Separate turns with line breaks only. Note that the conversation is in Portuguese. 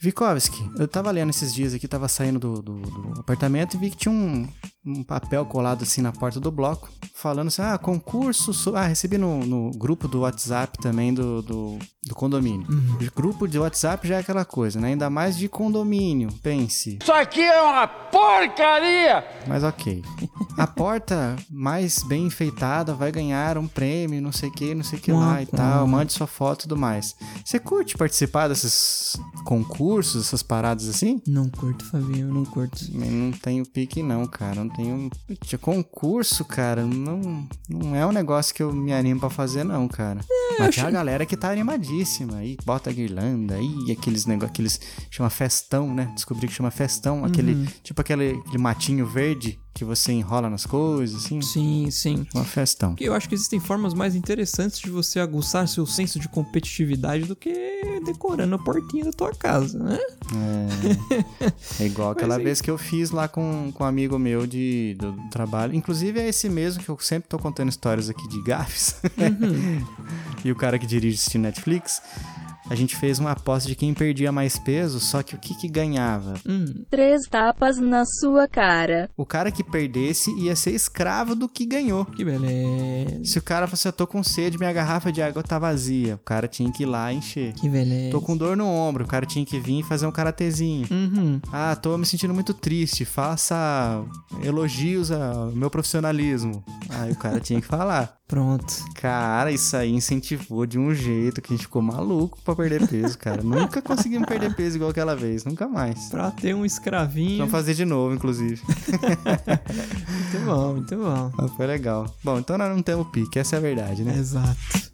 Vikovski, eu tava lendo esses dias aqui, tava saindo do, do- do apartamento e vi que tinha um, um papel colado assim na porta do bloco, falando assim: ah, concurso. so- Ah, recebi no, no grupo do WhatsApp também do, do, do condomínio. Grupo de WhatsApp já é aquela coisa, né? Ainda mais de condomínio, pense.
Isso aqui é uma porcaria!
Mas ok. A porta mais bem enfeitada vai ganhar um prêmio, não sei o que, não sei o que lá e tal. Mande sua foto e tudo mais. Você curte participar desses concursos, essas paradas assim?
Não curto, Fabinho, eu não curto.
Eu Não tenho pique não, cara. Não tenho. Putz, Concurso, cara, não, não é um negócio que eu me animo pra fazer, não, cara. Mas tem a galera que tá animadíssima. Aí bota a guirlanda, aí aqueles negócios, aqueles. Chama festão, né? Descobri que chama festão. Aquele. Tipo aquele, aquele matinho verde que você enrola nas coisas, assim.
Sim, sim.
Chama festão.
Porque eu acho que existem formas mais interessantes de você aguçar seu senso de competitividade do que decorando a portinha da tua casa, né?
É igual
Mas
aquela
é
vez que eu fiz lá com, com um amigo meu de, do, do trabalho. Inclusive é esse mesmo que eu sempre tô contando histórias aqui de gafes.
Uhum.
e o cara que dirige esse Netflix. A gente fez uma aposta de quem perdia mais peso, só que o que que ganhava?
Hum,
Três tapas na sua cara.
O cara que perdesse ia ser escravo do que ganhou.
Que beleza.
Se o cara fosse, eu tô com sede, minha garrafa de água tá vazia. O cara tinha que ir lá encher.
Que beleza.
Tô com dor no ombro, o cara tinha que vir e fazer um karatezinho.
Uhum.
Ah, tô me sentindo muito triste. Faça elogios ao meu profissionalismo. Aí o cara tinha que falar.
Pronto.
Cara, isso aí incentivou de um jeito que a gente ficou maluco pra perder peso, cara. Nunca conseguimos perder peso igual aquela vez, nunca mais.
Pra ter um escravinho.
Vamos fazer de novo, inclusive.
Muito bom, muito bom.
Mas Foi legal. Bom, então nós não temos pique, essa é a verdade, né?
Exato.